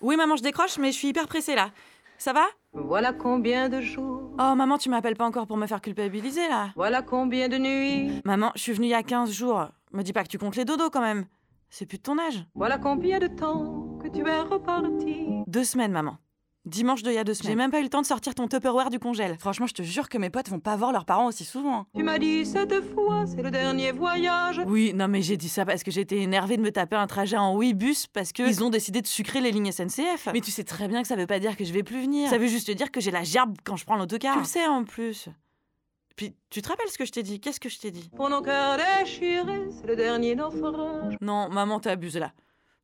Oui, maman, je décroche, mais je suis hyper pressée là. Ça va Voilà combien de jours, Oh, maman, tu m'appelles pas encore pour me faire culpabiliser là. voilà combien de nuits, Maman, je suis venue il y a 15 jours. Me dis pas que tu comptes les dodos quand même. C'est plus de ton âge. voilà combien de temps que tu es reparti. Deux semaines, maman. Dimanche de il y a deux semaines. J'ai même pas eu le temps de sortir ton Tupperware du congèle. Franchement, je te jure que mes potes vont pas voir leurs parents aussi hein. souvent. Tu m'as dit cette fois, c'est le dernier voyage. Oui, non mais j'ai dit ça parce que j'étais énervée de me taper un trajet en oui bus parce que ils ont décidé de sucrer les lignes SNCF. Mais tu sais très bien que ça veut pas dire que je vais plus venir. Ça veut juste dire que j'ai la gerbe quand je prends l'autocar. Tu le sais en plus. Puis tu te rappelles ce que je t'ai dit Qu'est-ce que je t'ai dit Pour nos cœurs déchirés, c'est le dernier naufrage. Non, maman, t'abuses là.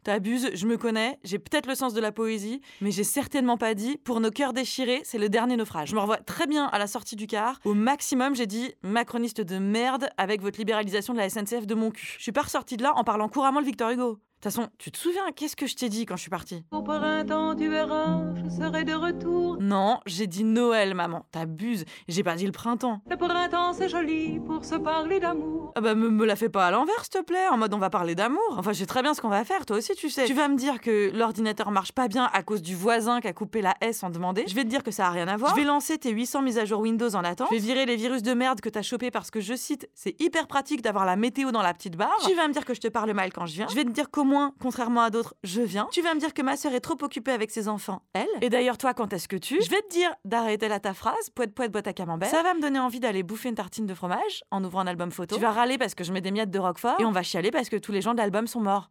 T'abuses, je me connais, j'ai peut-être le sens de la poésie, mais j'ai certainement pas dit pour nos cœurs déchirés, c'est le dernier naufrage. Je me revois très bien à la sortie du car. Au maximum, j'ai dit macroniste de merde avec votre libéralisation de la SNCF de mon cul. Je suis pas ressortie de là en parlant couramment le Victor Hugo. De toute façon, tu te souviens qu'est-ce que je t'ai dit quand je suis partie Au printemps, tu verras, je serai de retour. Non, j'ai dit Noël, maman. T'abuses, j'ai pas dit le printemps. Le printemps, c'est joli pour se parler d'amour. Ah bah me, me la fais pas à l'envers, s'il te plaît, en mode on va parler d'amour. Enfin, je sais très bien ce qu'on va faire, toi aussi tu sais. Tu vas me dire que l'ordinateur marche pas bien à cause du voisin qui a coupé la S en demandé. Je vais te dire que ça a rien à voir. Je vais lancer tes 800 mises à jour Windows en attente. Je vais virer les virus de merde que t'as chopé parce que, je cite, c'est hyper pratique d'avoir la météo dans la petite barre. Tu vas me dire que je te parle mal quand je viens. Je vais te dire qu'au moins, contrairement à d'autres, je viens. Tu vas me dire que ma sœur est trop occupée avec ses enfants, elle. Et d'ailleurs, toi, quand est-ce que tu Je vais te dire d'arrêter là ta phrase, poète poète boîte à camembert. Ça va me donner envie d'aller bouffer une tartine de fromage en ouvrant un album photo. Tu vas râler parce que je mets des miettes de Roquefort. Et on va chialer parce que tous les gens de l'album sont morts.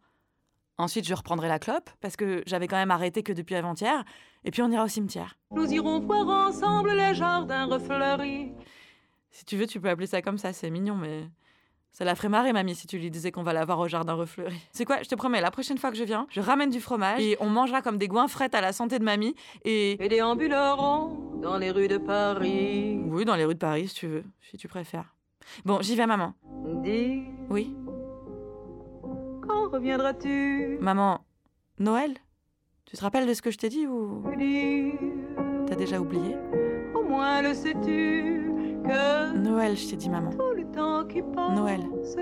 Ensuite, je reprendrai la clope parce que j'avais quand même arrêté que depuis avant-hier. Et puis on ira au cimetière. Nous irons voir ensemble les jardins refleuris. Si tu veux, tu peux appeler ça comme ça, c'est mignon, mais. Ça la ferait marrer, mamie, si tu lui disais qu'on va la voir au jardin refleuri. C'est quoi, je te promets, la prochaine fois que je viens, je ramène du fromage et on mangera comme des goinfrettes à la santé de mamie et. Et déambulerons dans les rues de Paris. Oui, dans les rues de Paris, si tu veux, si tu préfères. Bon, j'y vais, maman. Dis, Oui. quand reviendras-tu Maman, Noël Tu te rappelles de ce que je t'ai dit ou Dis, t'as déjà oublié au moins le sais-tu que Noël, je t'ai dit, maman. tout le temps qui passe Noël,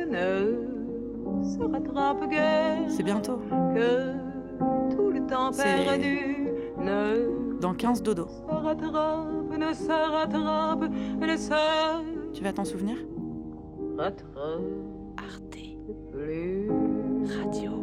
ne se rattrape guère. c'est bientôt. que tout le temps C'est- perdu ne Dans 15 dodo. se rattrape, ne se rattrape, ne se Tu vas t'en souvenir rattrape Arte plus. Radio.